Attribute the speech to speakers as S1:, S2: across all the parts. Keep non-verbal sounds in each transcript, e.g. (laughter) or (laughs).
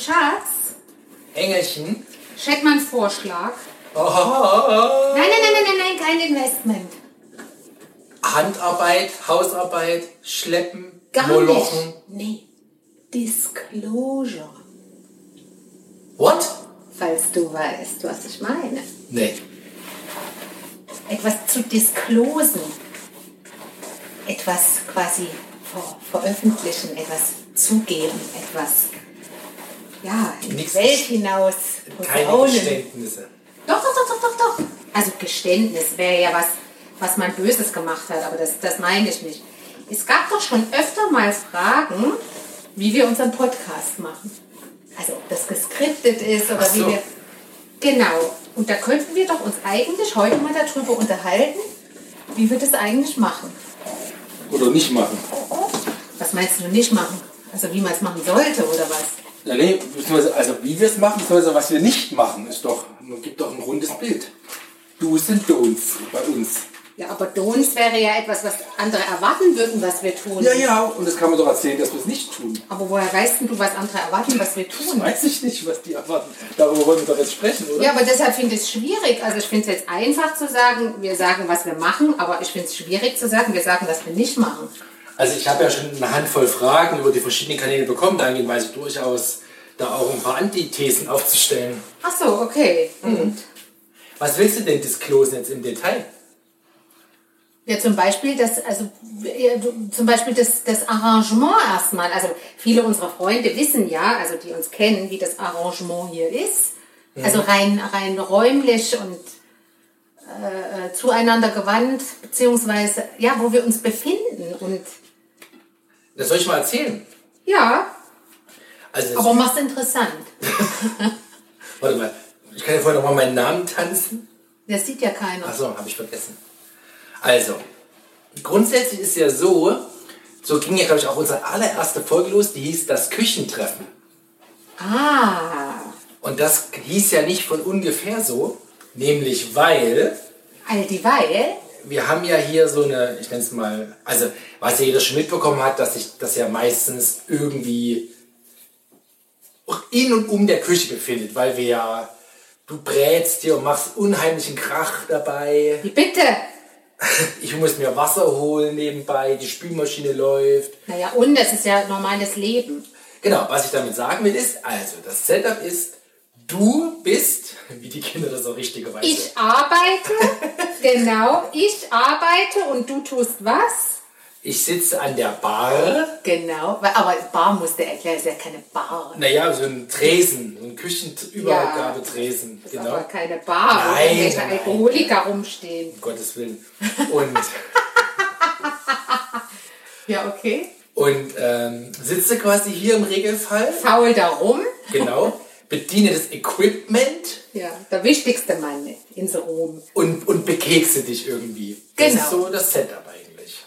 S1: Schatz,
S2: Engelchen.
S1: check mal einen Vorschlag.
S2: Oh,
S1: Nein, nein, nein, nein, nein, nein, kein Investment.
S2: Handarbeit, Hausarbeit, Schleppen,
S1: Gar
S2: Molochen.
S1: nicht. Nee. Disclosure.
S2: What?
S1: Falls du weißt, was ich meine.
S2: Nee.
S1: Etwas zu disclosen. Etwas quasi ver veröffentlichen, etwas zugeben, etwas ja, in
S2: Nichts
S1: die Welt hinaus.
S2: Keine
S1: posaunen.
S2: Geständnisse.
S1: Doch, doch, doch, doch, doch, doch. Also Geständnis wäre ja was, was man Böses gemacht hat, aber das, das meine ich nicht. Es gab doch schon öfter mal Fragen, wie wir unseren Podcast machen. Also ob das geskriptet ist oder
S2: Ach so.
S1: wie wir. Genau. Und da könnten wir doch uns eigentlich heute mal darüber unterhalten, wie wir das eigentlich machen.
S3: Oder nicht machen.
S1: Was meinst du nicht machen? Also wie man es machen sollte oder was?
S3: Ja, nee, beziehungsweise, also wie wir es machen, beziehungsweise was wir nicht machen, ist doch, nun gibt doch ein rundes Bild. Do's und Don'ts bei uns.
S1: Ja, aber Dons wäre ja etwas, was andere erwarten würden, was wir tun.
S3: Ja, ja, und das kann man doch erzählen, dass wir es nicht tun.
S1: Aber woher weißt denn du, was andere erwarten, was wir
S3: Das
S1: tun?
S3: weiß ich nicht, was die erwarten. Darüber wollen wir doch jetzt sprechen, oder?
S1: Ja, aber deshalb finde ich es schwierig. Also ich finde es jetzt einfach zu sagen, wir sagen, was wir machen, aber ich finde es schwierig zu sagen, wir sagen, was wir nicht machen.
S2: Also ich habe ja schon eine Handvoll Fragen über die verschiedenen Kanäle bekommen. Dahingehend weiß ich durchaus, da auch ein paar Antithesen aufzustellen.
S1: Ach so, okay. Mhm.
S2: Was willst du denn disclosen jetzt im Detail?
S1: Ja, zum Beispiel das, also ja, du- zum Beispiel das, das Arrangement erstmal. Also viele unserer Freunde wissen ja, also die uns kennen, wie das Arrangement hier ist. Also rein, rein räumlich und äh, äh, zueinander gewandt, beziehungsweise ja, wo wir uns befinden. Und
S2: Das soll ich mal erzählen.
S1: ja,
S2: Also das,
S1: aber mach's interessant.
S2: warte mal, ich kann ja vorher nochmal meinen Namen tanzen.
S1: Das sieht ja keiner.
S2: Achso, habe ich vergessen. Also, grundsätzlich ist ja so, so ging ja, glaube ich, auch unsere allererste Folge los, die hieß das Küchentreffen.
S1: Ah,
S2: Und das hieß ja nicht von ungefähr so, nämlich weil
S1: all die Weil.
S2: wir haben ja hier so eine, ich nenne es mal, also was ja jeder schon mitbekommen hat, dass sich das ja meistens irgendwie auch in und um der Küche befindet, weil wir ja, du brätst hier und machst unheimlichen Krach dabei.
S1: Wie bitte?
S2: Ich muss mir Wasser holen nebenbei, die Spülmaschine läuft.
S1: Naja, und das ist ja normales Leben.
S2: Genau, was ich damit sagen will ist, also das Setup ist, du bist, (laughs) wie die Kinder das auch richtigerweise.
S1: Ich arbeite, (laughs) genau, ich arbeite und du tust was?
S2: Ich sitze an der Bar,
S1: Genau, weil- aber Bar musste erklären, ist ja keine Bar.
S2: naja, so ein Tresen, so ein Küchenübergabetresen,
S1: Das ist
S2: genau.
S1: aber keine Bar, wo
S2: Nein,
S1: irgendwelche
S2: nein.
S1: Alkoholiker rumstehen.
S2: Um Gottes Willen. Und,
S1: Ja, okay.
S2: und ähm, sitze quasi hier im Regelfall,
S1: Faul da rum.
S2: genau, bediene das Equipment
S1: Ja, der wichtigste Mann in so Rom.
S2: und, und bekekse dich irgendwie. Das
S1: Genau.
S2: ist so das Setup eigentlich.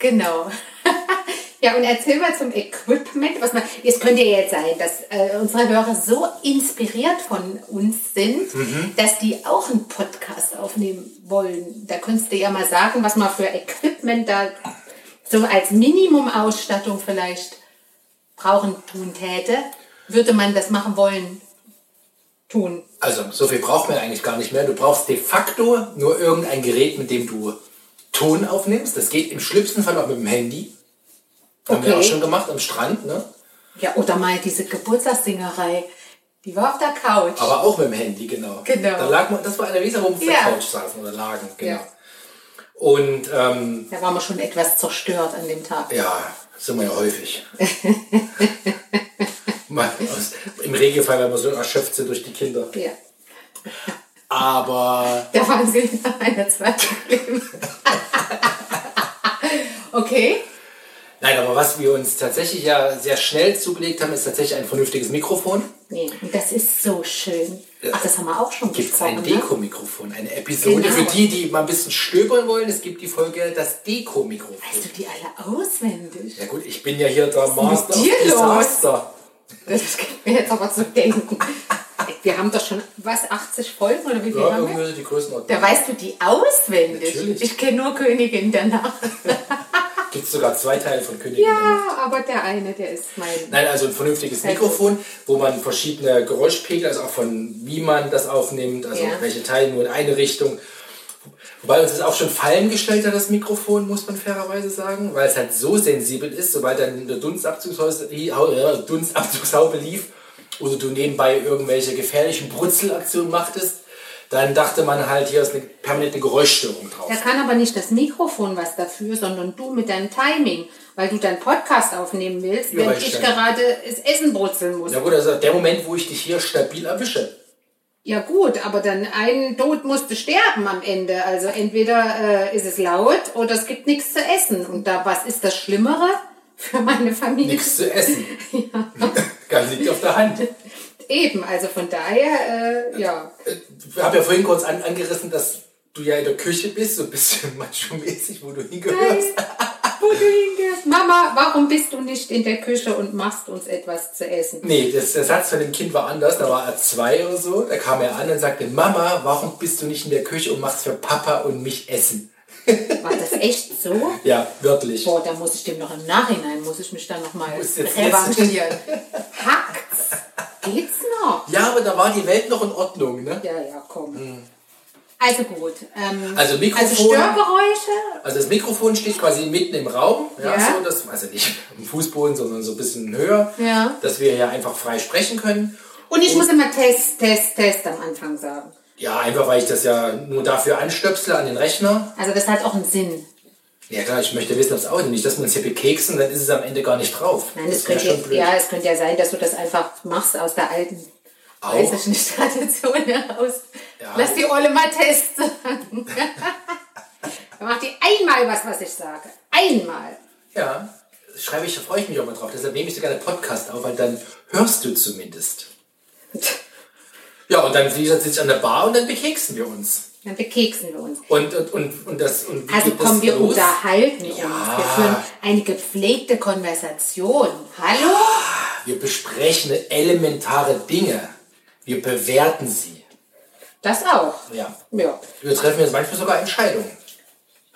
S1: Genau. (laughs) ja, und erzähl mal zum Equipment, was man. Es könnte ja jetzt sein, dass äh, unsere Hörer so inspiriert von uns sind,
S2: Mhm.
S1: dass die auch einen Podcast aufnehmen wollen. Da könntest du ja mal sagen, was man für Equipment da so als Minimumausstattung vielleicht brauchen tun täte. Würde man das machen wollen tun.
S2: Also, so viel braucht man eigentlich gar nicht mehr. Du brauchst de facto nur irgendein Gerät, mit dem du Ton aufnimmst. Das geht im schlimmsten Fall auch mit dem Handy. Haben wir
S1: Okay.
S2: auch schon gemacht am Strand, ne?
S1: Ja, oder mal diese Geburtstagssingerei. Die war auf der Couch.
S2: Aber auch mit dem Handy, genau.
S1: Genau.
S2: Da lag man, das war einer dieser, wo wir auf
S1: Ja.
S2: der Couch saßen oder lagen, genau.
S1: Ja.
S2: Und ähm,
S1: da waren wir schon etwas zerstört an dem Tag.
S2: ja, sind wir
S1: (laughs)
S2: ja häufig. Mal aus, Im Regelfall, wenn wir so erschöpft sind durch die Kinder.
S1: Ja.
S2: Aber
S1: Da waren sie in meiner zweiten Leben. (laughs) okay.
S2: nein, aber was wir uns tatsächlich ja sehr schnell zugelegt haben, ist tatsächlich ein vernünftiges Mikrofon.
S1: Nee, und das ist so schön. Ach, das haben wir auch schon
S2: gibt es
S1: gesprochen.
S2: ein
S1: ne?
S2: Dekomikrofon, eine Episode
S1: Genau.
S2: für die, die mal ein bisschen stöbern wollen. Es gibt die Folge das Dekomikrofon.
S1: Weißt du die alle auswendig?
S2: Ja gut, ich bin ja hier der Master
S1: dir
S2: of
S1: los?
S2: Disaster.
S1: Das gibt mir jetzt aber zu denken. Wir haben doch schon, was, 80 Folgen oder wie viel
S2: Ja,
S1: haben wir?
S2: irgendwie so die Größenordnung.
S1: Da weißt du die auswendig.
S2: Natürlich.
S1: Ich kenne nur Königin der Nacht.
S2: Gibt es sogar zwei Teile von Königin.
S1: Ja, Ah, aber der eine, der ist mein.
S2: Nein, also ein vernünftiges Mikrofon, wo man verschiedene Geräuschpegel, also auch von wie man das aufnimmt, also
S1: Ja.
S2: welche Teile nur in eine Richtung. Wobei uns ist auch schon fallen gestellt hat, das Mikrofon, muss man fairerweise sagen, weil es halt so sensibel ist, sobald dann eine Dunstabzugshaube, ja, Dunstabzugshaube lief oder du nebenbei irgendwelche gefährlichen Brutzelaktionen machtest, dann dachte man halt, hier ist eine permanente Geräuschstörung drauf.
S1: Da kann aber nicht das Mikrofon was dafür, sondern du mit deinem Timing, weil du deinen Podcast aufnehmen willst,
S2: Ja, weil
S1: wenn
S2: ich
S1: ich
S2: dann-
S1: gerade das Essen brutzeln muss.
S2: Na
S1: Ja.
S2: gut, also der Moment, wo ich dich hier stabil erwische.
S1: gut, aber dann ein Tod musste sterben am Ende. Also entweder äh, ist es laut oder es gibt nichts zu essen. Und da was ist das Schlimmere für meine Familie? (laughs)
S2: nichts zu essen. (laughs) Ganz liegt auf der Hand.
S1: Eben, also von daher, äh, ja.
S2: Ich habe ja vorhin kurz an, angerissen, dass du ja in der Küche bist, so ein bisschen (laughs) macho-mäßig, wo du hingehörst.
S1: Wo du hingehst. Mama, warum bist du nicht in der Küche und machst uns etwas zu essen?
S2: Nee, das, der Satz von dem Kind war anders, da war er zwei oder so. Da kam er an und sagte, Mama, warum bist du nicht in der Küche und machst für Papa und mich Essen?
S1: War das echt so?
S2: Ja, wirklich.
S1: Boah, da muss ich dem noch im Nachhinein, muss ich mich dann nochmal
S2: Muss (laughs) jetzt
S1: revanchieren. Hackt's? Geht's noch?
S2: Ja, aber da war die Welt noch in Ordnung, ne?
S1: Ja, ja, komm. Also gut. Ähm,
S2: Hm. Also Mikrofon-
S1: Also Störgeräusche?
S2: Also das Mikrofon steht quasi mitten im Raum, ja,
S1: Ja.
S2: so, das, also nicht am Fußboden, sondern so ein bisschen höher,
S1: Ja.
S2: dass wir ja einfach frei sprechen können.
S1: Und ich muss immer Test, Test, Test am Anfang sagen.
S2: Ja, einfach weil ich das ja nur dafür anstöpsle an den Rechner.
S1: Also das hat auch einen Sinn.
S2: Ja klar, ich möchte wissen, ob es auch nicht, dass wir uns hier bekeksen, dann ist es am Ende gar nicht drauf.
S1: Nein, das,
S2: wär
S1: könnte ja, ja, es könnte ja sein, dass du das einfach machst aus der alten,
S2: Auch.
S1: weiß ich nicht, Tradition heraus.
S2: Ja.
S1: Lass die Olle mal testen. (laughs) Dann macht die einmal was, was ich sage. Einmal.
S2: Ja, das schreibe ich, da freue ich mich auch mal drauf. Deshalb nehme ich sogar einen Podcast auf, weil dann hörst du zumindest. Ja, und dann wie gesagt, sitze ich an der Bar und dann bekeksen wir uns.
S1: Dann bekeksen wir uns.
S2: Und, und, und, und das und wie
S1: Also
S2: geht
S1: kommen
S2: das
S1: wir
S2: los?
S1: unterhalten uns. Wir
S2: Ja.
S1: führen eine gepflegte Konversation. Hallo?
S2: Wir besprechen elementare Dinge. Wir bewerten sie.
S1: Das auch.
S2: Ja.
S1: Ja,
S2: Wir treffen jetzt manchmal sogar Entscheidungen.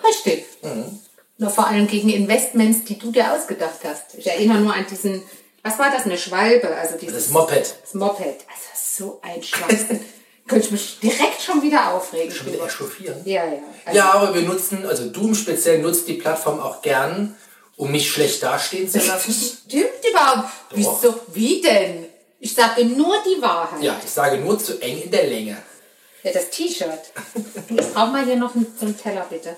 S1: richtig.
S2: Mhm.
S1: Nur vor allem gegen Investments, die du dir ausgedacht hast. Ich erinnere nur an diesen, was war das, eine Schwalbe? Also dieses
S2: Das Moped.
S1: Das Moped. Also so ein Schwachsinn. (laughs) Könnte ich mich direkt schon wieder aufregen.
S2: Schon wieder echauffieren.
S1: Ja, ja. Also,
S2: Ja, aber wir nutzen, also du im Speziellen nutzt die Plattform auch gern, um mich schlecht dastehen zu lassen.
S1: (laughs) Stimmt überhaupt. Wieso? Wie denn? Ich sage nur die Wahrheit.
S2: Ja, ich sage nur zu eng in der Länge.
S1: Ja, das T-Shirt. Du, ich brauche mal hier noch einen, so einen Teller, bitte.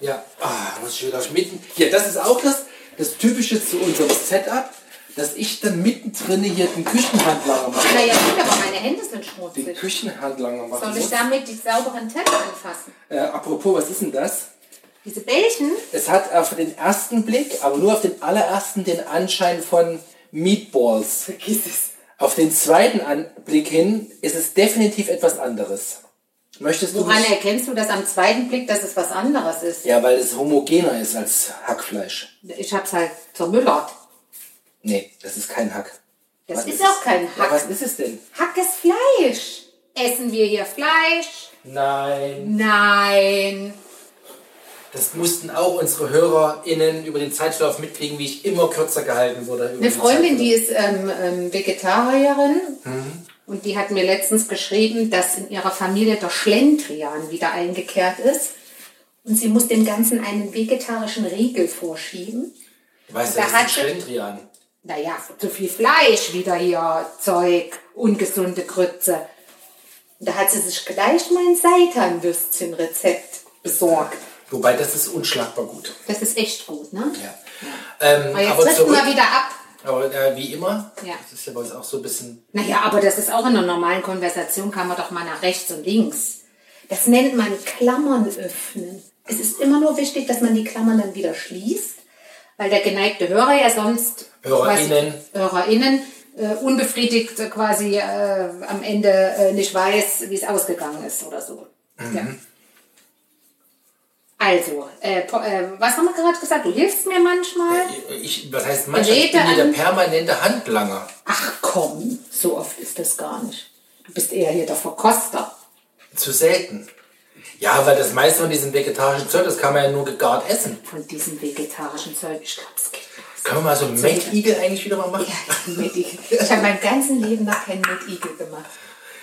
S2: Ja, ah, muss ich wieder mitten. Hier, das ist auch das, das Typische zu unserem Setup, dass ich dann mittendrin hier den Küchenhandlanger mache.
S1: Naja, gut, aber meine Hände sind
S3: Den
S1: schmutzig.
S3: Küchenhandlanger machen
S1: Soll ich
S3: muss.
S1: damit die sauberen Teller anfassen?
S3: Äh, apropos, was ist denn das?
S1: Diese Bällchen?
S3: Es hat auf den ersten Blick, aber nur auf den allerersten, den Anschein von Meatballs. Vergiss es. Auf den zweiten An Blick hin ist es definitiv etwas anderes. Möchtest du
S1: Woran
S3: mich?
S1: erkennst du das am zweiten Blick, dass es was anderes ist?
S3: Ja, weil es homogener ist als Hackfleisch.
S1: Ich hab's halt zermüllert.
S3: Nee, das ist kein Hack.
S1: Das
S3: Was
S1: ist
S3: es?
S1: auch kein
S3: Ja, was
S1: Hack.
S3: ist es denn?
S1: Hackes Fleisch. Essen wir hier Fleisch?
S2: Nein.
S1: Nein.
S2: Das mussten auch unsere HörerInnen über den Zeitverlauf mitkriegen, wie ich immer kürzer gehalten wurde.
S1: Eine Freundin, die ist ähm, ähm, Vegetarierin und die hat mir letztens geschrieben, dass in ihrer Familie der Schlendrian wieder eingekehrt ist. Und sie muss dem Ganzen einen vegetarischen Riegel vorschieben.
S2: Weißt du,
S1: da
S2: das ist ein
S1: hat sie-
S2: Schlendrian.
S1: Naja, zu viel Fleisch wieder hier, Zeug, ungesunde Grütze. Da hat sie sich gleich mein Seitanwürstchen-Rezept besorgt.
S2: Wobei, das ist unschlagbar gut.
S1: Das ist echt gut, ne?
S2: Ja. Ähm,
S1: Aber jetzt
S2: aber
S1: driften
S2: zurück,
S1: wir wieder ab.
S2: aber äh, wie immer,
S1: Ja.
S2: das ist ja bei uns auch so ein bisschen
S1: Naja, aber das ist auch in einer normalen Konversation, kann man doch mal nach rechts und links. Das nennt man Klammern öffnen. Es ist immer nur wichtig, dass man die Klammern dann wieder schließt, weil der geneigte Hörer ja sonst quasi,
S2: HörerInnen.
S1: HörerInnen äh, unbefriedigt äh, quasi äh, am Ende äh, nicht weiß, wie es ausgegangen ist oder so. Ja. Also, äh, po- äh, was haben wir gerade gesagt? Du hilfst mir manchmal.
S2: Ich, was heißt manchmal? Ich
S1: Geräte
S2: bin hier
S1: an-
S2: der permanente Handlanger.
S1: Ach komm, so oft ist das gar nicht. Du bist eher hier der Verkoster.
S2: Zu selten. Ja, weil das meiste von diesem vegetarischen Zeug, das kann man ja nur gegart essen.
S1: Von diesem vegetarischen Zeug, ich glaube, es gibt.
S2: Können wir mal so einen Mad-Eagle eigentlich wieder mal machen?
S1: Ja, Mad Eagle. Ich habe mein ganzen Leben noch keinen Mad Eagle gemacht.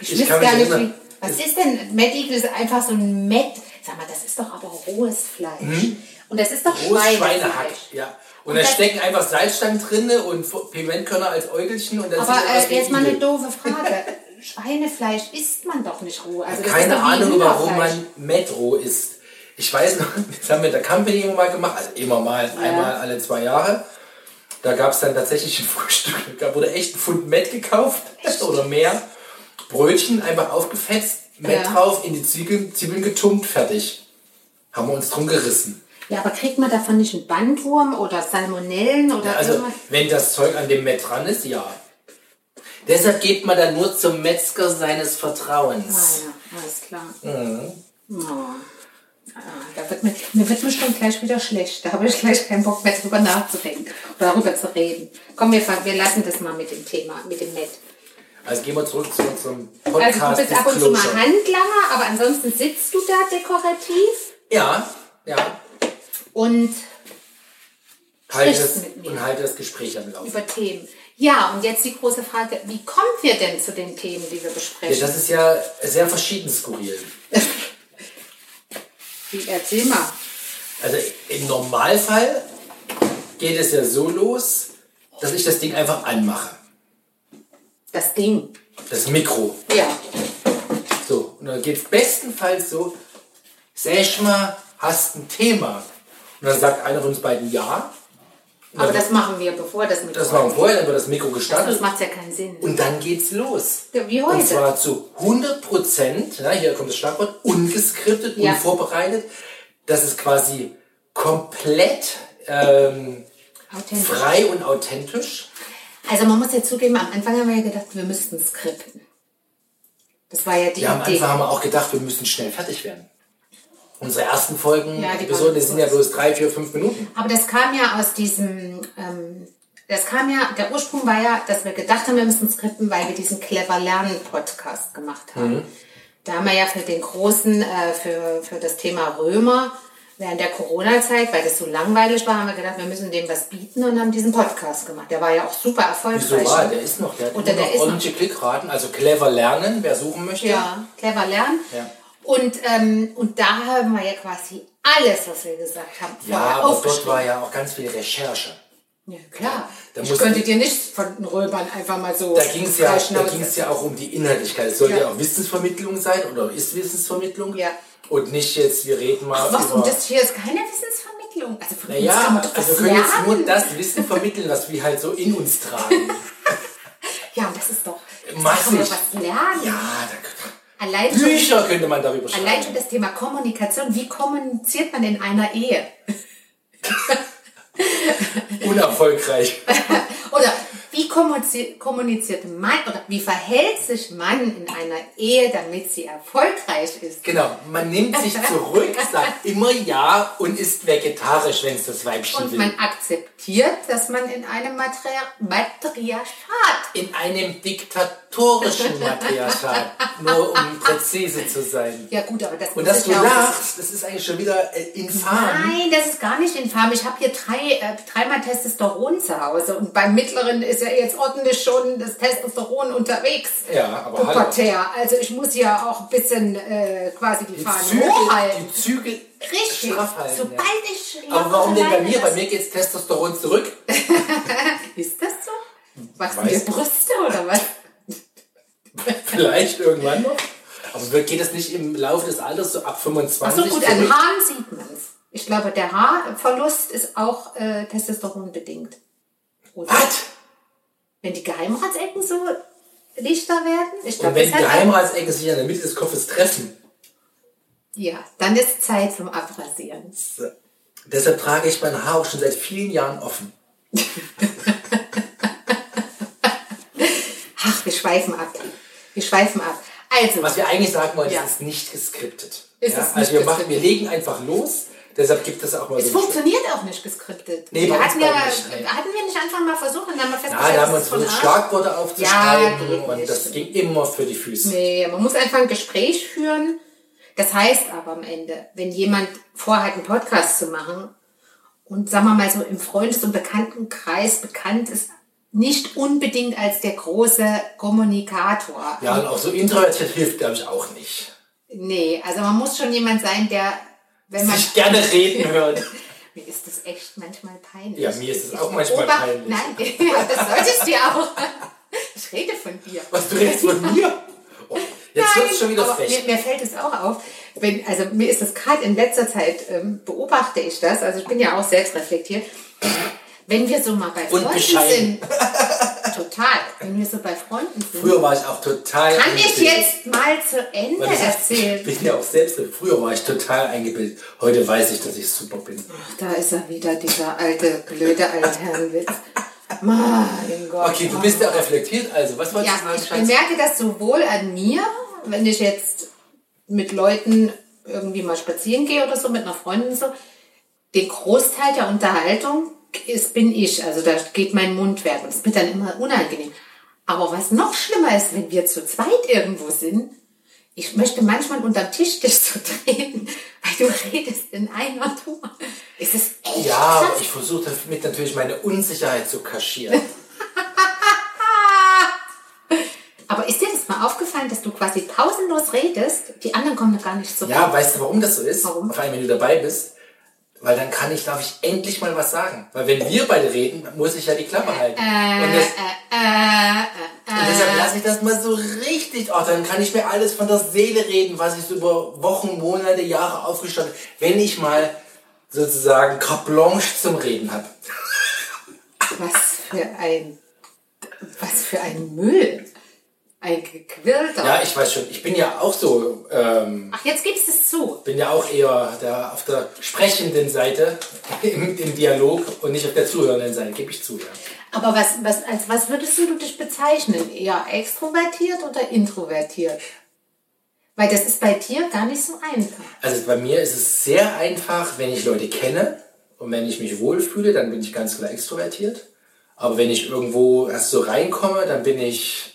S1: Ich,
S2: Ich
S1: wüsste
S2: kann mich
S1: gar nicht, wie.
S2: erinnern.
S1: Was ist denn? Mad Eagle ist einfach so ein Mad. Sag mal, das ist doch aber rohes Fleisch. Und das ist doch
S2: Mhm. Rohes
S1: Schweinefleisch.
S2: Schweinehack. Ja. Und,
S1: Und
S2: da
S1: das-
S2: stecken einfach Salzstangen drinne und Pimentkörner als Äugelchen und dann
S1: Aber
S2: sieht das aus
S1: äh,
S2: wie
S1: jetzt mal
S2: Igel.
S1: eine doofe Frage. Schweinefleisch isst man doch nicht roh. Also das ist
S2: Keine
S1: doch wie
S2: Ahnung, warum
S1: Hühnerfleisch.
S2: man Metro isst. Ich weiß noch, (laughs) das haben wir in der Company immer mal gemacht, also immer mal, einmal alle zwei Jahre. Da gab es dann tatsächlich ein (laughs) Frühstück. Da wurde echt ein Pfund Met gekauft oder mehr. Brötchen einfach aufgefetzt, Met
S1: Ja.
S2: drauf, in die Zwiebeln, Zwiebeln getunkt, fertig. Haben wir uns drum gerissen.
S1: Ja, aber kriegt man davon nicht einen Bandwurm oder Salmonellen oder
S2: Also,
S1: irgendwas?
S2: wenn das Zeug an dem Met dran ist, ja. Deshalb geht man dann nur zum Metzger seines Vertrauens.
S1: Ah ja, alles klar.
S2: Mhm.
S1: Ja. Ah, da wird mir, mir wird mir schon gleich wieder schlecht. Da habe ich gleich keinen Bock mehr drüber nachzudenken oder darüber zu reden. Komm, wir, fangen- wir lassen das mal mit dem Thema, mit dem Met.
S2: Also gehen wir zurück zu unserem
S1: Also
S2: Podcast.
S1: du bist ab und zu
S2: Disclosure.
S1: mal Handlanger, aber ansonsten sitzt du da dekorativ
S2: Ja, ja.
S1: und
S2: Halte
S1: Sprichst
S2: das,
S1: mit mir.
S2: und halte das Gespräch am Laufen.
S1: über Themen. Ja, und jetzt die große Frage, wie kommen wir denn zu den Themen, die wir
S2: Ja,
S1: besprechen?
S2: das ist ja sehr verschieden skurril.
S1: wie, erzähl mal.
S2: Also im Normalfall geht es ja so los, dass ich das Ding einfach anmache.
S1: Das Ding.
S2: Das Mikro.
S1: Ja.
S2: So. Und dann geht es bestenfalls so, sag mal, hast ein Thema. Und dann sagt einer von uns beiden ja.
S1: Aber das machen wir, bevor das mit
S2: Das machen wir vorher, dann wird das Mikro
S1: Das
S2: gestattet.
S1: macht ja keinen Sinn.
S2: Und dann geht's los.
S1: Ja, wie heute.
S2: Und zwar zu 100 Prozent, ja, hier kommt das Schlagwort, ungeskriptet,
S1: Ja.
S2: unvorbereitet. Das ist quasi komplett ähm,
S1: Authentisch.
S2: frei und authentisch.
S1: Also man muss ja zugeben, am Anfang haben wir ja gedacht, wir müssten skripten. Das war ja die
S2: Ja, am
S1: Idee.
S2: Anfang haben wir auch gedacht, wir müssen schnell fertig werden. Unsere ersten Folgen,
S1: Ja, die
S2: Episoden,
S1: waren
S2: die sind ja bloß drei, vier, fünf Minuten.
S1: Aber das kam ja aus diesem, ähm, das kam ja, der Ursprung war ja, dass wir gedacht haben, wir müssen skripten, weil wir diesen Clever Lernen Podcast gemacht haben.
S2: Mhm.
S1: Da haben wir ja für den großen, äh, für, für das Thema Römer während der Corona-Zeit, weil das so langweilig war, haben wir gedacht, wir müssen dem was bieten und haben diesen Podcast gemacht. Der war ja auch super erfolgreich.
S2: Wieso war? Der ist noch, der hat
S1: Oder
S2: immer
S1: der
S2: noch
S1: ist noch-
S2: ordentliche Klickraten, also clever lernen, wer suchen möchte.
S1: Ja, clever lernen.
S2: Ja.
S1: Und, ähm, und da haben wir ja quasi alles, was wir gesagt haben,
S2: ja
S1: vorher
S2: aber dort
S1: aufgeschrieben.
S2: war ja auch ganz viel Recherche.
S1: Ja, klar.
S2: Da
S1: ich
S2: mussten-
S1: könnte dir nicht von den Römern einfach mal so.
S2: Da ging es ja, da
S1: freischnauzen.
S2: ging's ja auch um die Inhaltlichkeit. Es sollte ja.
S1: Ja.
S2: auch Wissensvermittlung sein oder ist Wissensvermittlung.
S1: Ja.
S2: Und nicht jetzt, wir reden mal
S1: Was?
S2: über...
S1: Und das hier ist keine Wissensvermittlung. Also von uns kann
S2: naja,
S1: man doch
S2: also
S1: was
S2: wir können jetzt
S1: lernen.
S2: nur das Wissen vermitteln, was wir halt so in
S1: (laughs)
S2: uns tragen.
S1: Ja, und das ist doch. Da kann
S2: Äh, Massig.
S1: man doch was lernen.
S2: ja, da,
S1: Allein schon,
S2: Bücher könnte man darüber schreiben.
S1: allein schon das Thema Kommunikation. Wie kommuniziert man in einer Ehe?
S2: Unerfolgreich.
S1: Oder wie kommunizi- kommuniziert Mann oder wie verhält sich Mann in einer Ehe, damit sie erfolgreich ist?
S2: Genau, man nimmt
S1: (laughs)
S2: sich zurück, sagt immer ja und ist vegetarisch, wenn es das Weibchen
S1: Und
S2: will.
S1: man akzeptiert, dass man in einem Matria- Matriarchat
S2: in einem diktatorischen Matriarchat, nur um präzise zu sein.
S1: Ja gut, aber das
S2: Und
S1: muss
S2: dass
S1: ich
S2: du
S1: ja auch-
S2: lachst, das ist eigentlich schon wieder äh, infam.
S1: Nein, das ist gar nicht infam. Ich habe hier drei, äh, dreimal Testosteron zu Hause und beim mittleren ist ja jetzt ordentlich schon das Testosteron unterwegs.
S2: Ja, aber
S1: Pubertär. Also ich muss ja auch ein bisschen äh, quasi die,
S2: Die
S1: Fahne
S2: Zügel,
S1: hochhalten.
S2: die Zügel
S1: Richtig.
S2: straff halten.
S1: Sobald
S2: ja.
S1: ich
S2: Aber
S1: locker
S2: warum denn bei
S1: alleine
S2: mir? Bei
S1: lasse-
S2: mir geht's Testosteron zurück.
S1: Ist das so? Wachsen
S2: Weiß
S1: dir
S2: nicht.
S1: Brüste oder was?
S2: (laughs) Vielleicht irgendwann noch. Aber wird- geht das nicht im Laufe des Alters so ab 25?
S1: Achso gut,
S2: zurück?
S1: an Haaren sieht man es. Ich glaube, der Haarverlust ist auch äh, Testosteron bedingt. Oder?
S2: Was?
S1: Wenn die Geheimratsecken so lichter werden, ich
S2: Und
S1: glaube,
S2: wenn
S1: das
S2: die
S1: hat ein-
S2: Geheimratsecken sich an der Mitte des Kopfes treffen,
S1: ja, dann ist Zeit zum Abrasieren.
S2: So. Deshalb trage ich mein Haar auch schon seit vielen Jahren offen.
S1: Ach, wir schweifen ab. Wir schweifen ab. Also,
S2: Was wir eigentlich sagen wollen,
S1: Ja.
S2: es ist nicht geskriptet.
S1: Es
S2: ja?
S1: ist
S2: also
S1: nicht
S2: wir, machen, wir
S1: geskriptet.
S2: legen einfach los. Deshalb gibt es auch mal
S1: Es
S2: so einen
S1: funktioniert auch nicht gescriptet.
S2: Nee,
S1: wir
S2: bei uns
S1: hatten, ja,
S2: beiden nicht, nee.
S1: hatten wir nicht einfach mal versucht und dann haben wir
S2: Ja,
S1: festgestellt,
S2: da haben
S1: Also
S2: wir
S1: das
S2: uns
S1: ist von
S2: versucht,
S1: Arsch.
S2: Schlagworte aufzuschreiben
S1: Ja, geht
S2: und
S1: nicht.
S2: das ging immer für die Füße.
S1: Nee, man muss einfach ein Gespräch führen. Das heißt aber am Ende, wenn jemand vorhat, einen Podcast zu machen und sagen wir mal so im Freundes- und Bekanntenkreis bekannt ist, nicht unbedingt als der große Kommunikator.
S2: Ja, und auch so introvertiert hilft, glaube ich, auch nicht.
S1: Nee, also man muss schon jemand sein, der, wenn man
S2: Sich gerne reden hören.
S1: Mir ist das echt manchmal peinlich.
S2: Ja, mir ist es
S1: Ich
S2: auch manchmal
S1: beobachte-
S2: peinlich.
S1: Nein, (laughs) ja, das solltest du ja auch. Ich rede von dir.
S2: Was, du redest von mir? Oh, jetzt wird es schon wieder
S1: aber
S2: frech.
S1: Mir, mir fällt es auch auf, wenn, also mir ist das gerade in letzter Zeit, ähm, beobachte ich das, also ich bin ja auch selbst reflektiert, wenn wir so mal bei
S2: Und
S1: Freunden
S2: bescheiden.
S1: sind, (laughs) total, wenn wir so bei Freunden sind,
S2: Früher war ich auch total
S1: kann ich
S2: eingebildet.
S1: jetzt mal zu Ende
S2: Weil ich-
S1: erzählen.
S2: (laughs) Ich bin ja auch selbst drin. Früher war ich total eingebildet. Heute weiß ich, dass ich super bin.
S1: Ach, da ist er wieder, dieser alte, blöde alte Herrenwitz. Mein Gott.
S2: Okay, du bist ja reflektiert, also was wolltest
S1: Ja,
S2: du
S1: ich
S2: sagen? Schatz?
S1: bemerke das sowohl an mir, wenn ich jetzt mit Leuten irgendwie mal spazieren gehe oder so, mit einer Freundin und so. Den Großteil der Unterhaltung ist, bin ich. Also da geht mein Mund weg und es wird dann immer unangenehm. Aber was noch schlimmer ist, wenn wir zu zweit irgendwo sind, ich möchte manchmal unterm Tisch dich so (laughs) drehen, weil du redest in einer Tour. Es ist echt
S2: Ja, aber
S1: krass.
S2: ich versuche damit natürlich meine Unsicherheit zu kaschieren.
S1: Aber ist dir das mal aufgefallen, dass du quasi pausenlos redest? Die anderen kommen da gar nicht so
S2: Ja, weißt du, warum das so ist?
S1: Warum?
S2: Vor allem, wenn du dabei bist. Weil dann kann ich, darf ich endlich mal was sagen. Weil wenn wir beide reden, muss ich ja die Klappe halten. und, das, und deshalb lasse ich das mal so richtig. Oh, dann kann ich mir alles von der Seele reden, was ich so über Wochen, Monate, Jahre aufgestanden Wenn ich mal sozusagen carte blanche zum Reden habe.
S1: Was für ein, was für ein Müll. Ein gequirlter.
S2: Ja, ich weiß schon. Ich bin ja auch so, ähm,
S1: Ach, jetzt gibst du es zu.
S2: bin ja auch eher der, auf der sprechenden Seite (laughs) im, im Dialog und nicht auf der zuhörenden Seite. Gebe ich zu, ja.
S1: Aber was, was, als was würdest du dich bezeichnen? Eher extrovertiert oder introvertiert? Weil das ist bei dir gar nicht so einfach.
S2: Also bei mir ist es sehr einfach, wenn ich Leute kenne und wenn ich mich wohlfühle, dann bin ich ganz klar extrovertiert. Aber wenn ich irgendwo erst so reinkomme, dann bin ich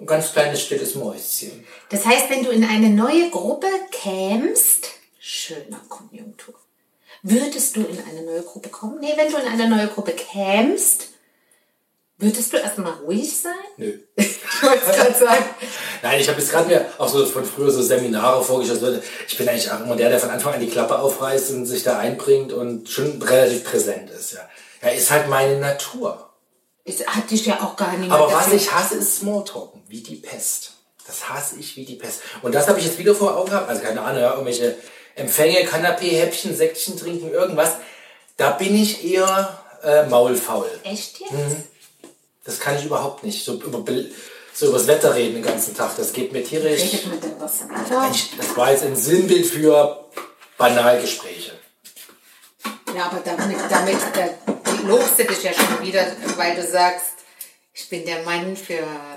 S2: ein ganz kleines stilles Mäuschen.
S1: Das heißt, wenn du in eine neue Gruppe kämst, schöner Konjunktur. Würdest du in eine neue Gruppe kommen? Nee, wenn du in eine neue Gruppe kämst, würdest du erstmal ruhig sein?
S2: Nö.
S1: (laughs) Ich wollte es gerade sagen.
S2: Nein, ich habe jetzt gerade mir auch so von früher so Seminare vorgestellt. Leute, Ich bin eigentlich auch immer der, der von Anfang an die Klappe aufreißt und sich da einbringt und schon relativ präsent ist. Ja, ja ist halt meine Natur.
S1: Es hat dich ja auch gar nicht
S2: Aber was
S1: dafür-
S2: ich hasse, ist Smalltalken, wie die Pest. Das hasse ich wie die Pest. Und das habe ich jetzt wieder vor Augen gehabt. Also keine Ahnung, ja, irgendwelche Empfänge, Kanapee, Häppchen, Säckchen trinken, irgendwas. Da bin ich eher äh, maulfaul.
S1: Echt jetzt?
S2: Mhm. Das kann ich überhaupt nicht. So über Bel- so übers Wetter reden den ganzen Tag. Das geht mir tierisch.
S1: Redet man da was anderes?
S2: Ich- Das war jetzt ein Sinnbild für Banalgespräche.
S1: Ja, aber damit, damit da lobst du dich ja schon wieder, weil du sagst, ich bin der Mann für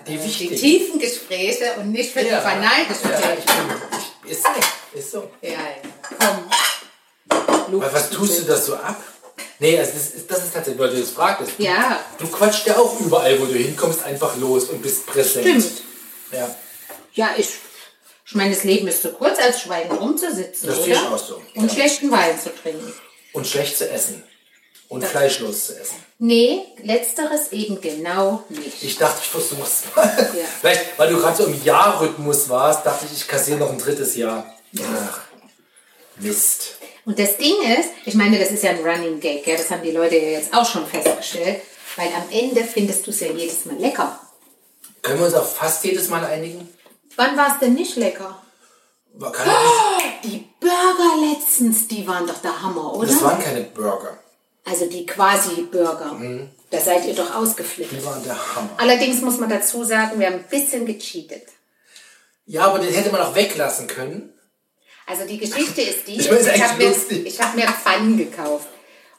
S2: Die
S1: äh, die
S2: wichtigen.
S1: tiefen Gespräche und nicht für die
S2: Ja,
S1: Banalgespräche.
S2: ich bin, ich, ist, so, ist so.
S1: Ja, ja. Komm.
S2: Aber was tust du das so ab? Nee, also das, ist, das ist tatsächlich, weil du das fragtest. Du,
S1: Ja.
S2: Du quatschst ja auch überall, wo du hinkommst, einfach los und bist präsent.
S1: Stimmt.
S2: Ja,
S1: Ja, ich, ich meine, das Leben ist zu kurz, als Schwein rumzusitzen,
S2: Das
S1: oder?
S2: sehe ich auch so,
S1: Und
S2: ja.
S1: schlechten Wein zu trinken.
S2: Und schlecht zu essen. Und fleischlos zu essen.
S1: Nee, letzteres eben genau nicht.
S2: Ich dachte, ich versuch's mal.
S1: Ja.
S2: Vielleicht, weil du gerade so im Jahrrhythmus warst, dachte ich, ich kassiere noch ein drittes Jahr. Ach, Mist.
S1: Und das Ding ist, ich meine, das ist ja ein Running Gag, gell? das haben die Leute ja jetzt auch schon festgestellt, weil am Ende findest du es ja jedes Mal lecker.
S2: Können wir uns auf fast jedes Mal einigen?
S1: Wann war es denn nicht lecker?
S2: Man
S1: Oh,
S2: Kann auch
S1: Die Burger letztens, die waren doch der Hammer,
S2: nicht, das
S1: oder?
S2: waren keine Burger.
S1: Also die quasi Burger. Da seid ihr doch ausgeflippt.
S2: Die waren der Hammer.
S1: Allerdings muss man dazu sagen, wir haben ein bisschen gecheatet.
S2: Ja, aber den hätte man auch weglassen können.
S1: Also die Geschichte ist die,
S2: Ich weiß
S1: ich habe
S2: eigentlich
S1: mir,
S2: lustig.
S1: ich hab mir Pfannen gekauft.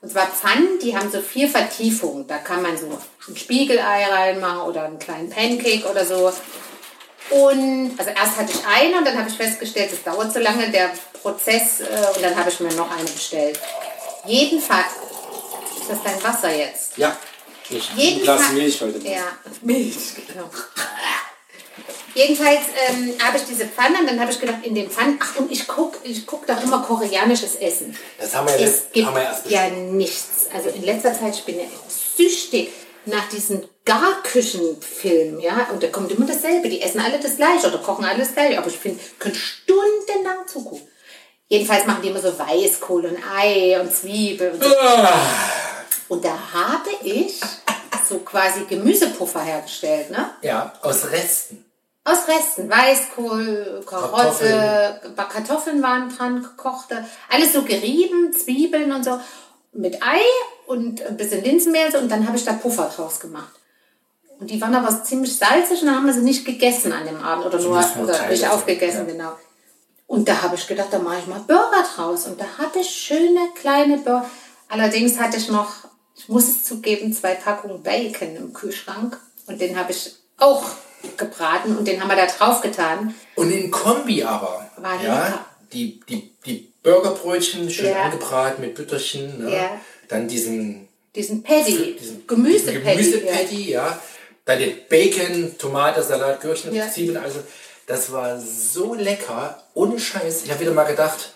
S1: Und zwar Pfannen, die haben so vier Vertiefungen. Da kann man so ein Spiegelei reinmachen oder einen kleinen Pancake oder so. Und also erst hatte ich eine und dann habe ich festgestellt, das dauert so lange, der Prozess, äh, und dann habe ich mir noch eine bestellt. Jedenfalls, ist das dein Wasser jetzt?
S2: Ja.
S4: Ich ein
S1: Jeden
S4: Glas
S1: Fall-
S4: Milch heute.
S1: Ja, Milch, genau. Jedenfalls ähm, habe ich diese Pfanne und dann habe ich gedacht, in den Pfannen, ach und ich gucke ich guck doch immer koreanisches Essen.
S2: Das haben wir, ja
S1: Es
S2: letzt-
S1: gibt
S2: haben wir erst
S1: ja nichts. Also in letzter Zeit, ich bin ja süchtig nach diesen Garküchenfilmen, ja, und da kommt immer dasselbe. Die essen alle das gleiche oder kochen alle das gleiche, aber ich finde, können stundenlang zugucken. Jedenfalls machen die immer so Weißkohl und Ei und Zwiebel und so.
S2: Ah.
S1: Und da habe ich so quasi Gemüsepuffer hergestellt, ne?
S2: Ja, aus Resten.
S1: Aus Resten, Weißkohl, Karotte, Kartoffeln. waren dran, gekochte, alles so gerieben, Zwiebeln und so, mit Ei und ein bisschen Linsenmehl und so, und dann habe ich da Puffer draus gemacht. Und die waren aber ziemlich salzig und dann haben wir sie nicht gegessen an dem Abend oder nur,
S2: Zumindest nur
S1: oder
S2: Teile
S1: nicht
S2: davon,
S1: aufgegessen,
S2: ja.
S1: genau. Und da habe ich gedacht, da mache ich mal Burger draus. Und da hatte ich schöne kleine Burger. Allerdings hatte ich noch, ich muss es zugeben, zwei Packungen Bacon im Kühlschrank. Und den habe ich auch gebraten und den haben wir da drauf getan.
S2: Und in Kombi aber.
S1: War lecker.
S2: ja, die, die, die Burgerbrötchen schön
S1: Ja.
S2: angebraten mit Bütterchen. Ne?
S1: Ja.
S2: Dann diesen
S1: Diesen Patty,
S2: diesen
S1: Gemüsepatty. ja.
S2: Gemüsepatty, ja. Dann den Bacon, Tomate, Salat, Gürkchen,
S1: Ja.
S2: Zwiebeln, also das war so lecker, ohne Scheiß. Ich habe wieder mal gedacht,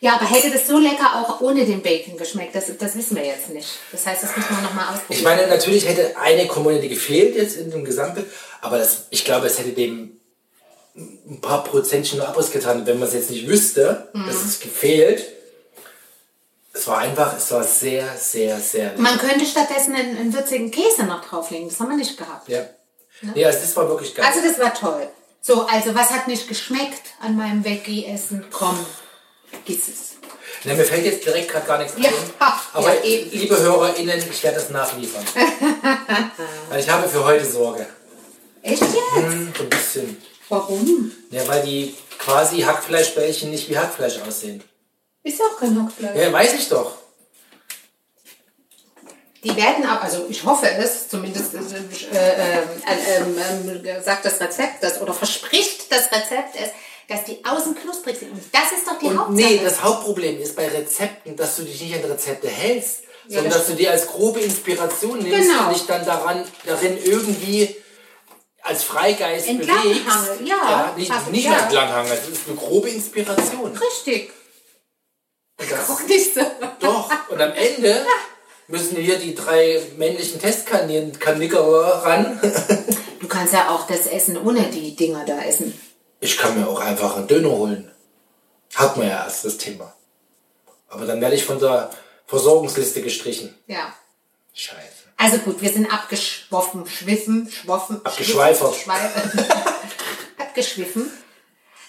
S1: ja, aber hätte das so lecker auch ohne den Bacon geschmeckt, das, das wissen wir jetzt nicht. Das heißt, das müssen wir nochmal ausprobieren.
S2: ich meine, natürlich hätte eine Komponente gefehlt jetzt in dem Gesamtbild, aber das, ich glaube, es hätte dem ein paar Prozentchen nur Abriss getan, wenn man es jetzt nicht wüsste,
S1: Mhm.
S2: dass es gefehlt. Es war einfach, es war sehr, sehr, sehr lecker.
S1: Man könnte stattdessen einen, einen würzigen Käse noch drauflegen, das haben wir nicht gehabt.
S2: Ja. ja, also das war wirklich geil.
S1: Also das war toll. So, also was hat nicht geschmeckt an meinem Veggie-Essen? Komm, gieß es.
S2: Ne, mir fällt jetzt direkt gerade gar nichts ein.
S1: Ja,
S2: aber
S1: ja, eben.
S2: liebe HörerInnen, ich werde das
S1: (laughs)
S2: nachliefern. weil ich habe für heute Sorge.
S1: Echt jetzt?
S2: Hm, So ein bisschen.
S1: Warum?
S2: Ja, weil die quasi Hackfleischbällchen nicht wie Hackfleisch aussehen.
S1: Ist auch kein Hackfleisch.
S2: Ja, weiß ich doch.
S1: Die werden ab, also ich hoffe es, zumindest äh, äh, äh, ähm, ähm, sagt das Rezept das oder verspricht das Rezept es, dass die außen knusprig sind. Und das ist doch die
S2: Und
S1: Hauptsache.
S2: nee, das Hauptproblem ist bei Rezepten, dass du dich nicht an Rezepte hältst,
S1: Ja,
S2: sondern
S1: das
S2: dass du dir als grobe Inspiration nimmst
S1: Genau.
S2: und dich dann daran, darin irgendwie als Freigeist
S1: Entlang
S2: bewegst.
S1: hangeln, ja.
S2: nicht,
S1: Also,
S2: nicht
S1: ja.
S2: mehr entlanghangeln, das ist eine grobe Inspiration.
S1: Richtig. (laughs)
S2: Und das-
S1: Auch nicht so.
S2: Doch, und am Ende müssen hier die drei männlichen Testkanickerer ran.
S1: Du kannst ja auch das Essen ohne die Dinger da essen.
S2: Ich kann mir auch einfach einen Döner holen. Hat man ja erst das Thema. Aber dann werde ich von der Versorgungsliste gestrichen.
S1: Ja.
S2: Scheiße.
S1: Also gut, wir sind abgeschwoffen, schwiffen, schwoffen.
S2: Abgeschweifert.
S1: schwiffen, schwei- (laughs) Abgeschwiffen.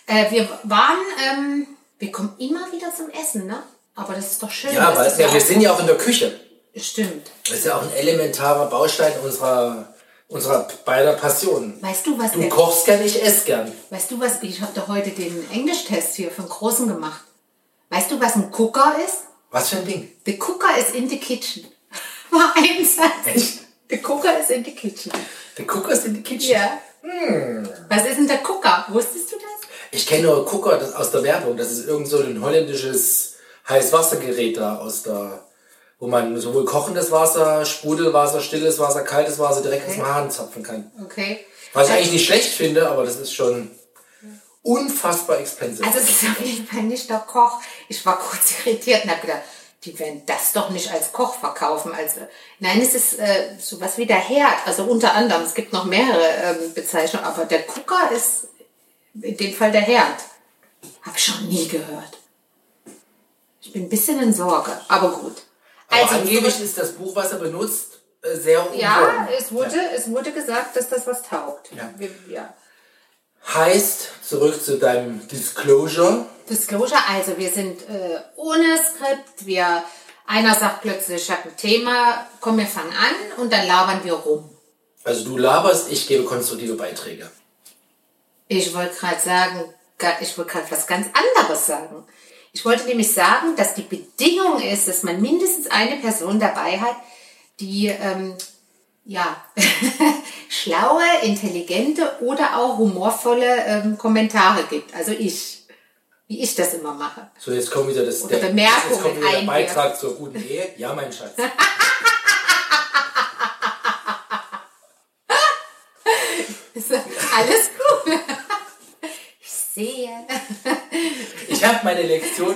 S1: Äh, wir waren, ähm, wir kommen immer wieder zum Essen, ne? Aber das ist doch schön.
S2: Ja,
S1: Das
S2: aber
S1: ist
S2: ja, wir sind ja auch in der Küche.
S1: Stimmt.
S2: Das ist ja auch ein elementarer Baustein unserer, unserer beider Passionen.
S1: Weißt du, was
S2: Du
S1: der,
S2: kochst gern, ich esse gern.
S1: weißt du was, ich habe doch heute den Englischtest hier für den Großen gemacht. Weißt du, was ein Cooker ist?
S2: Was für ein Ding.
S1: The Cooker is in the kitchen. (laughs) War ein Satz. The Cooker is in the kitchen.
S2: Der Cooker ist in die Kitchen.
S1: Ja.
S2: Hm.
S1: Was ist denn der Cooker? Wusstest du das?
S2: Ich kenne nur Cooker das- aus der Werbung. Das ist irgend so ein holländisches Heißwassergerät da aus der, wo man sowohl kochendes Wasser, Sprudelwasser, stilles Wasser, kaltes Wasser direkt aus dem Hahn zapfen kann.
S1: Okay. Äh,
S2: Was ich eigentlich nicht schlecht finde, aber das ist schon unfassbar expensive.
S1: Also es ist auf jeden Fall nicht der Koch. Ich war kurz irritiert und habe gedacht, die werden das doch nicht als Koch verkaufen. Also, nein, es ist äh, sowas wie der Herd. Also unter anderem, es gibt noch mehrere ähm, Bezeichnungen, aber der Cooker ist in dem Fall der Herd. Habe ich schon nie gehört. Ich bin ein bisschen in Sorge, aber gut.
S2: aber
S1: also
S2: angeblich ist das Buch, was er benutzt, äh, sehr
S1: ja,
S2: umworben.
S1: es wurde, es wurde gesagt, dass das was taugt.
S2: Ja.
S1: Wir, ja.
S2: Heißt, zurück zu deinem Disclosure.
S1: Disclosure, also wir sind äh, ohne Skript, wir einer sagt plötzlich, ich habe ein Thema, komm, wir fangen an und dann labern wir rum.
S2: Also du laberst, ich gebe konstruktive Beiträge.
S1: Ich wollte gerade sagen, ga- ich wollte gerade was ganz anderes sagen. Ich wollte nämlich sagen, dass die Bedingung ist, dass man mindestens eine Person dabei hat, die ähm, ja, (laughs) schlaue, intelligente oder auch humorvolle ähm, Kommentare gibt. Also ich, wie ich das immer mache.
S2: So, jetzt kommt wieder das
S1: Oder Bemerkungen
S2: jetzt kommt wieder der
S1: einwerfen.
S2: Beitrag zur guten Ehe. Ja, mein Schatz.
S1: Ist (laughs) Alles cool. Ich sehe.
S2: Ich habe meine Lektion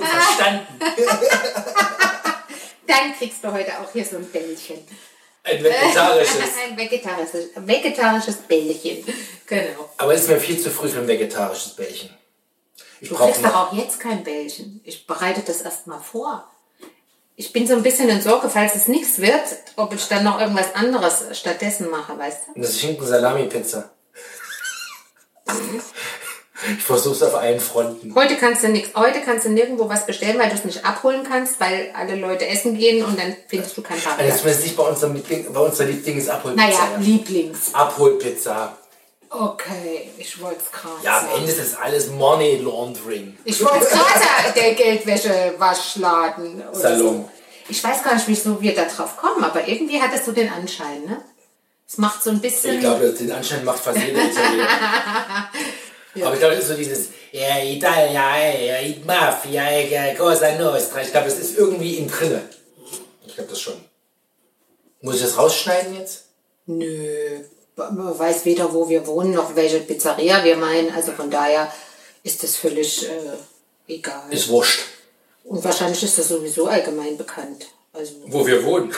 S1: (laughs)
S2: verstanden.
S1: Dann kriegst du heute auch hier so ein Bällchen.
S2: Ein vegetarisches.
S1: (laughs) Ein vegetarisches, vegetarisches Bällchen. Genau.
S2: Aber es ist mir viel zu früh für ein vegetarisches Bällchen. Ich
S1: Du
S2: brauche
S1: kriegst doch
S2: noch.
S1: auch jetzt kein Bällchen. Ich bereite das erstmal vor. Ich bin so ein bisschen in Sorge, falls es nichts wird, ob ich dann noch irgendwas anderes stattdessen mache, weißt du?
S2: Das
S1: (laughs)
S2: ist Schinken-Salami-Pizza. Ich versuche es auf allen Fronten.
S1: Heute kannst du nichts, heute kannst du nirgendwo was bestellen, weil du es nicht abholen kannst, weil alle Leute essen gehen und dann findest du kein
S2: Also
S1: Fahrrad.
S2: zumindest nicht bei unserem Liebling, bei unserer Lieblings-Abholpizza.
S1: Naja, Lieblings.
S2: Abholpizza.
S1: Okay, ich wollte es gerade
S2: Ja, am
S1: sagen.
S2: Ende ist es alles Money Laundering.
S1: Ich wollte gerade sagen, der Geldwäsche-Waschladen. oder
S2: Salon.
S1: So. Ich weiß gar nicht, wieso wir da drauf kommen, aber irgendwie hat es so den Anschein, ne? Es macht so ein bisschen...
S2: Ich glaube, den Anschein macht fast jeder
S1: (laughs)
S2: Italiener. Aber ich glaube, das ist so dieses ja, Italia, eh, eh, Mafia, eh, Cosa Nostra. Ich glaube, das ist irgendwie in drinne. Ich glaube das schon. Muss ich das rausschneiden jetzt?
S1: Nö, man weiß weder, wo wir wohnen, noch welche Pizzeria wir meinen. Also von daher ist das völlig äh, egal.
S2: Ist wurscht.
S1: Und wahrscheinlich ist das sowieso allgemein bekannt. Also
S2: Wo wir wohnen.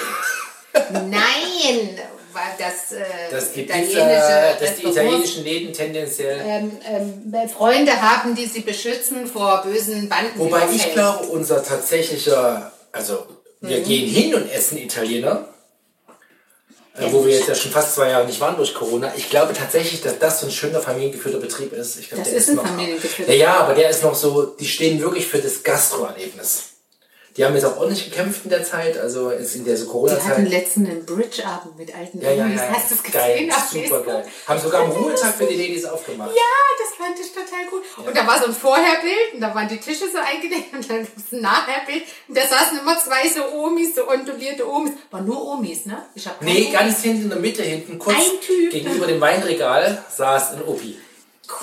S1: nein, weil das, äh,
S2: Dass die,
S1: italienische
S2: Pizza, dass die
S1: Restaurants,
S2: italienischen Läden tendenziell.
S1: ähm, ähm, Freunde haben, die sie beschützen vor bösen Banden.
S2: Wobei
S1: wie
S2: ich
S1: das
S2: glaube, unser tatsächlicher, also wir
S1: Mhm.
S2: gehen hin und essen Italiener, äh, wo wir jetzt ja schon fast zwei Jahre nicht waren durch Corona. Ich glaube tatsächlich, dass das so ein schöner familiengeführter Betrieb ist. Ich glaube,
S1: Das
S2: der
S1: ist ein
S2: noch-
S1: familiengeführter
S2: Ja, ja, aber der ist noch so, die stehen wirklich für das Gastro-Erlebnis. Die haben jetzt auch ordentlich gekämpft in der Zeit, also jetzt in der so
S1: Die hatten
S2: Corona-Zeit.
S1: letzten einen Bridge-Abend mit alten
S2: Ja, ja,
S1: Omis.
S2: ja.
S1: Hast du es
S2: Geil,
S1: gesehen? auf
S2: super
S1: Facebook?
S2: geil. Haben sogar am Ruhetag für die Ladies aufgemacht.
S1: Ja, das fand ich total cool. Und da war so ein Vorherbild und da waren die Tische so eingedeckt und dann gab es ein Nachherbild. Und da saßen immer zwei so Omis, so ondulierte Omis. War nur Omis, ne? Ich hab
S2: Nee,
S1: keine-
S2: ganz hinten in der Mitte, hinten kurz
S1: Ein Typ.
S2: gegenüber dem Weinregal saß ein Opi.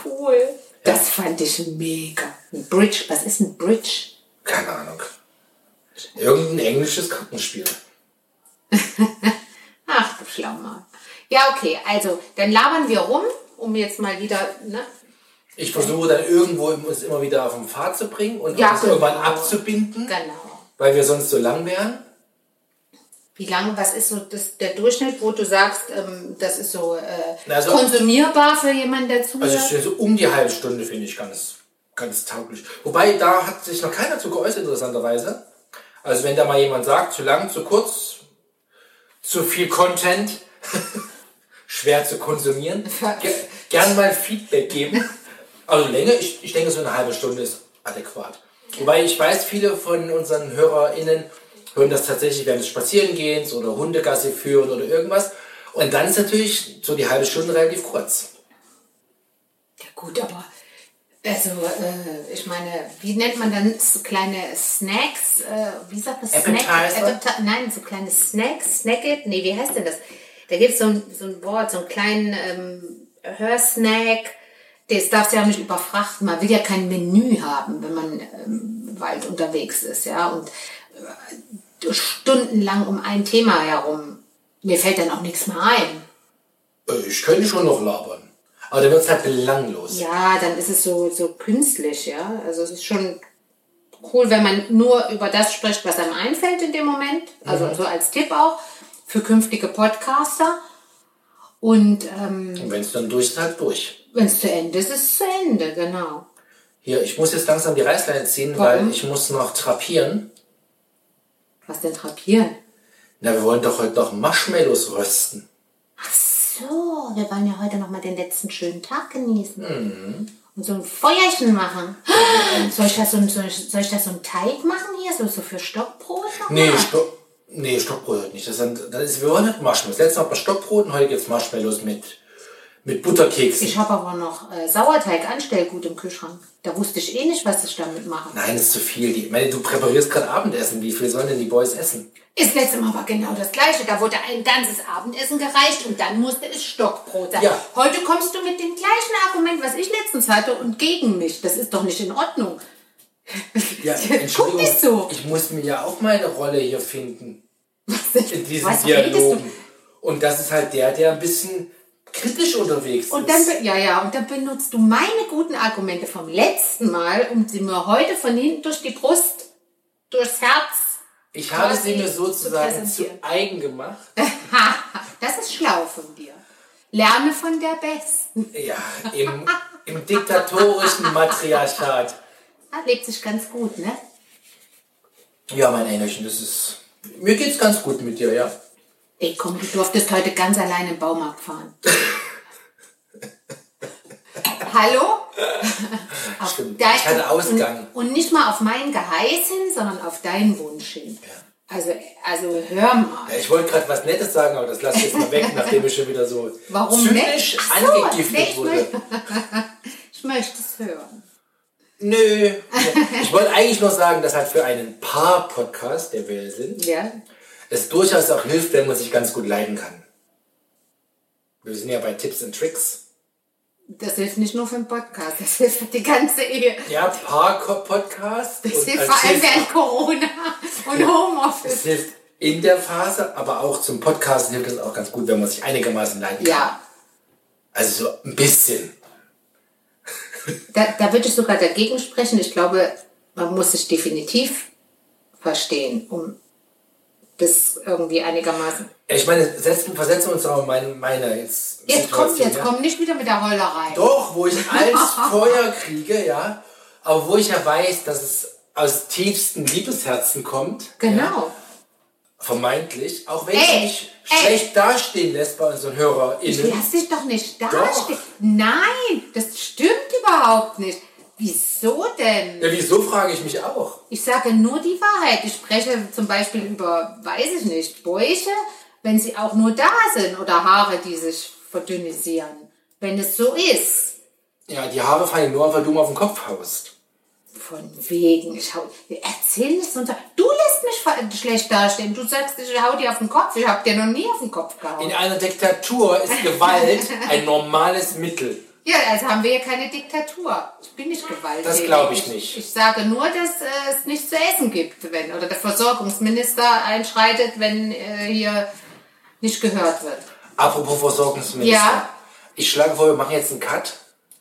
S1: Cool. Das fand ich mega. Ein Bridge. Was ist ein Bridge?
S2: Keine Ahnung. Irgendein englisches Kartenspiel.
S1: Ach, du Schlaumann. Ja, okay. Also, dann labern wir rum, um jetzt mal wieder, ne?
S2: Ich versuche dann irgendwo uns immer wieder auf den Pfad zu bringen und
S1: Ja,
S2: uns
S1: genau.
S2: irgendwann abzubinden,
S1: Genau.
S2: weil wir sonst so lang wären.
S1: Wie lange, was ist so das, der Durchschnitt, wo du sagst, ähm, das ist so äh,
S2: Na, also-
S1: konsumierbar für jemanden, der zuhört?
S2: Also ich stehe so um die halbe Stunde, finde ich ganz, ganz tauglich. Wobei, da hat sich noch keiner zu geäußert, interessanterweise. Also wenn da mal jemand sagt, zu lang, zu kurz, zu viel Content, (laughs) schwer zu konsumieren, ge gern mal Feedback geben. Also Länge, ich, ich denke, so eine halbe Stunde ist adäquat. Wobei ich weiß, viele von unseren HörerInnen hören das tatsächlich während des Spazierengehens oder Hundegasse führen oder irgendwas. Und dann ist natürlich so die halbe Stunde relativ kurz.
S1: Ja gut, aber also äh, ich meine, wie nennt man dann so kleine Snacks? Äh, wie sagt man
S2: Appetizer?
S1: Appeti- nein, so kleine Snacks, Snacket? Nee, wie heißt denn das? Da gibt es so ein, so ein Wort, so einen kleinen ähm, Hörsnack. Das darfst du ja nicht überfrachten. Man will ja kein Menü haben, wenn man ähm, weit unterwegs ist, ja. Und äh, stundenlang um ein Thema herum. Mir fällt dann auch nichts mehr ein.
S2: Äh, Ich könnte schon noch labern. Aber dann wird es halt belanglos.
S1: Ja, dann ist es so, so künstlich, ja. Also es ist schon cool, wenn man nur über das spricht, was einem einfällt in dem Moment. Also so als Tipp auch für künftige Podcaster. Und ähm,
S2: Und wenn es dann durch ist, halt durch.
S1: wenn es zu Ende ist, ist es zu Ende, genau.
S2: Hier, ich muss jetzt langsam die Reißleine ziehen,
S1: Warum?
S2: weil ich muss noch trapieren.
S1: Was denn trapieren?
S2: Na, wir wollen doch heute noch Marshmallows rösten.
S1: So, wir wollen ja heute nochmal den letzten schönen Tag genießen. Und so ein Feuerchen machen. Soll ich da so, ein- soll ich, soll ich da so einen Teig machen hier? So, so für Stockbrot? noch
S2: Nee,
S1: mal?
S2: Stock, nee Stockbrot heute nicht. Das sind, das ist, wir wollen heute Marshmallows. Letztes Mal bei Stockbrot und heute gibt es Marshmallows mit, Mit Butterkeksen.
S1: Ich habe aber noch äh, Sauerteig anstellgut im Kühlschrank. Da wusste ich eh nicht, was ich damit mache.
S2: Nein, das ist zu viel. Die, ich meine, du präparierst gerade Abendessen. Wie viel sollen denn die Boys essen?
S1: Ist letztes Mal aber genau das Gleiche. Da wurde ein ganzes Abendessen gereicht und dann musste es Stockbrot sein.
S2: Ja.
S1: Heute kommst du mit dem gleichen Argument, was ich letztens hatte, und gegen mich. Das ist doch nicht in Ordnung.
S2: Ja,
S1: (laughs) Guck
S2: Entschuldigung.
S1: nicht so.
S2: Ich muss mir ja auch meine Rolle hier finden in diesen
S1: Was redest
S2: Dialogen.
S1: du?
S2: Und das ist halt der, der ein bisschen kritisch unterwegs
S1: Und dann,
S2: ist.
S1: be- ja, ja, und dann benutzt du meine guten Argumente vom letzten Mal, um sie mir heute von hinten durch die Brust, durchs Herz.
S2: ich habe
S1: quasi
S2: sie mir sozusagen zu
S1: präsentieren.
S2: eigen gemacht.
S1: Das ist schlau von dir. Lerne von der Besten.
S2: Ja, im, im diktatorischen Matriarchat.
S1: Ah, lebt sich ganz gut, ne?
S2: Ja, mein Engelchen, das ist. Mir geht's ganz gut mit dir, ja.
S1: Ey, komm, du durftest heute ganz allein im Baumarkt fahren. Hallo? auf
S2: Stimmt,
S1: dein-
S2: ich hatte Ausgang.
S1: Und, und nicht mal auf mein Geheiß hin, sondern auf deinen Wunsch hin. Also, also hör mal.
S2: Ja, Ich wollte gerade was Nettes sagen, aber das lasse ich jetzt
S1: (laughs)
S2: mal weg, nachdem ich schon wieder so
S1: Warum
S2: zynisch
S1: nett? Ach so, nee,
S2: angegiftet
S1: ich
S2: wurde.
S1: möchte- Ich möchte es hören.
S2: Nö. Ich wollte eigentlich nur sagen, dass halt für einen Paar-Podcast, der wir ja sind,
S1: Ja?
S2: es durchaus auch hilft, wenn man sich ganz gut leiden kann. Wir sind ja bei Tipps und Tricks.
S1: Das hilft nicht nur für den Podcast, das hilft für die ganze Ehe.
S2: Ja, Paar-Podcast.
S1: Das
S2: und
S1: hilft
S2: als
S1: vor allem
S2: Hilfe-
S1: während Corona und
S2: Es
S1: Homeoffice.
S2: hilft in der Phase, aber auch zum Podcast hilft es auch ganz gut, wenn man sich einigermaßen leiden kann.
S1: Ja,
S2: Also so ein bisschen.
S1: Da, da würde ich sogar dagegen sprechen. Ich glaube, man muss sich definitiv verstehen, um das irgendwie einigermaßen.
S2: Ich meine, setzen, versetzen wir uns auch in meine, meine jetzt.
S1: Jetzt kommt,
S2: Situation,
S1: jetzt
S2: ja.
S1: kommt nicht wieder mit der Heulerei.
S2: Doch, wo ich
S1: (laughs)
S2: als Feuer kriege, ja. Aber wo ich ja weiß, dass es aus tiefsten Liebesherzen kommt. Ja,
S1: Genau.
S2: vermeintlich. Auch wenn
S1: Ey,
S2: es mich
S1: ey.
S2: schlecht dastehen lässt bei unseren
S1: Ich
S2: HörerInnen.
S1: lass dich doch nicht
S2: Doch.
S1: dastehen. Nein, das stimmt überhaupt nicht. Wieso denn?
S2: Ja, wieso frage ich mich auch?
S1: Ich sage nur die Wahrheit. Ich spreche zum Beispiel über, weiß ich nicht, Bäuche, wenn sie auch nur da sind oder Haare, die sich verdünnisieren. Wenn es so ist.
S2: Ja, die Haare fallen nur, weil du mal auf den Kopf haust.
S1: Von wegen, ich hau, erzähl nicht so. unter- Du lässt mich ver- schlecht dastehen. Du sagst, ich hau dir auf den Kopf. Ich hab dir noch nie auf den Kopf
S2: In
S1: gehauen.
S2: einer Diktatur
S1: (laughs)
S2: ist Gewalt ein normales Mittel.
S1: Ja, also haben wir hier keine Diktatur. Ich bin nicht gewalttätig.
S2: Das glaub ich nicht.
S1: Ich, ich sage nur, dass äh, es nichts zu essen gibt, wenn oder der Versorgungsminister einschreitet, wenn äh, hier nicht gehört wird.
S2: Apropos Versorgungsminister.
S1: Ja.
S2: Ich schlage vor, wir machen jetzt einen Cut,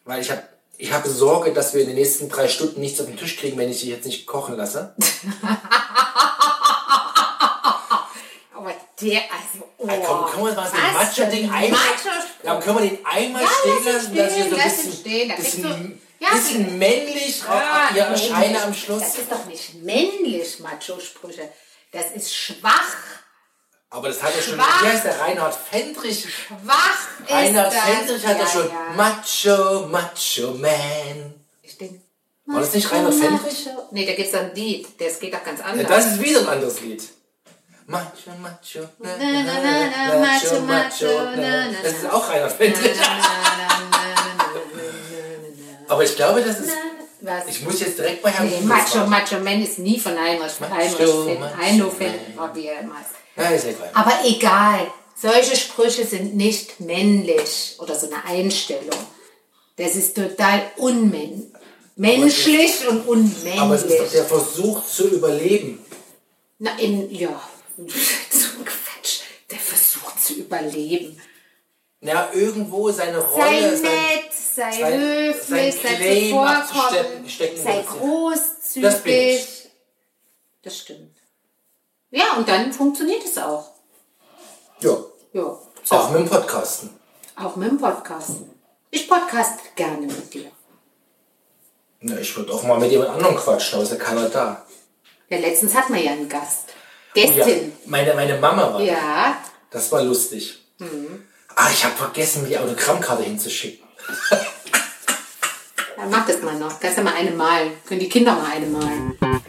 S2: weil ich habe ich hab Sorge, dass wir in den nächsten drei Stunden nichts auf den Tisch kriegen, wenn ich dich jetzt nicht kochen lasse.
S1: Aber der, also, oh.
S2: Ja, Ah, Äh, komm, können wir mal so ein Macho-Ding ein-
S1: Macho
S2: Ja, können wir den einmal
S1: Ja, lass
S2: stehen
S1: ihn
S2: lassen, dass wir so
S1: stehen, lass ihn
S2: ein bisschen,
S1: stehen, da kriegst
S2: bisschen,
S1: du- ja,
S2: bisschen männlich ja, ihre
S1: nee,
S2: Scheine
S1: nicht.
S2: am Schluss.
S1: Das ist doch nicht männlich, Macho-Sprüche. Das ist schwach.
S2: Aber das hat er schon.
S1: Schwach.
S2: Wie heißt der Reinhard Fendrich?
S1: Schwach ist
S2: Reinhard
S1: das.
S2: Fendrich hat
S1: ja,
S2: er halt schon.
S1: Ja.
S2: Macho, Macho Man.
S1: Ich denk,
S2: War das nicht Reinhard Fendrich?
S1: Macho- Nee, da gibt's dann die. Das geht doch ganz
S2: Ja,
S1: anders.
S2: das ist wieder ein anderes Lied. Macho, Macho, na, na, na, na, Macho, Macho, na. Das ist auch Reinhard Fendrich. Aber ich glaube, das ist.
S1: Was?
S2: Ich muss jetzt direkt mal Herrn
S1: nee,
S2: Rubens
S1: Macho,
S2: machen.
S1: Macho Man ist nie von Heinrich Heinrich
S2: Macho
S1: Fendrich. Heinrich
S2: Man.
S1: Fendrich, wie er immer ist.
S2: Ja, ist egal.
S1: Aber egal, solche Sprüche sind nicht männlich oder so eine Einstellung. Das ist total unmenschlich menschlich und
S2: Aber es ist doch
S1: unmännlich.
S2: der Versuch zu überleben.
S1: Na, in, ja, (laughs) so ein Quatsch. Der versucht zu überleben.
S2: Ja, irgendwo seine
S1: Sei
S2: Rolle. sein-
S1: nett, sei
S2: sein-
S1: höflich,
S2: sein
S1: sei
S2: Claim
S1: zuvorkommend,
S2: abzustecken- stecken
S1: sei
S2: müssen.
S1: großzügig.
S2: Das bin ich.
S1: Das stimmt. Ja, und dann funktioniert es auch.
S2: Ja,
S1: Ja,
S2: auch mit dem Podcasten.
S1: auch mit dem Podcast. Ich podcast gerne mit dir.
S2: Na, ich würde auch mal mit jemand anderem quatschen, aber ist ja keiner da.
S1: Ja, letztens hatten wir ja einen Gast.
S2: Oh Ja,
S1: Gästin.
S2: meine, meine Mama war.
S1: ja.
S2: Das war lustig. Ah, ich habe vergessen, mir die Autogrammkarte hinzuschicken.
S1: dann mach das mal noch. Kannst ja mal eine malen. Können die Kinder mal eine malen.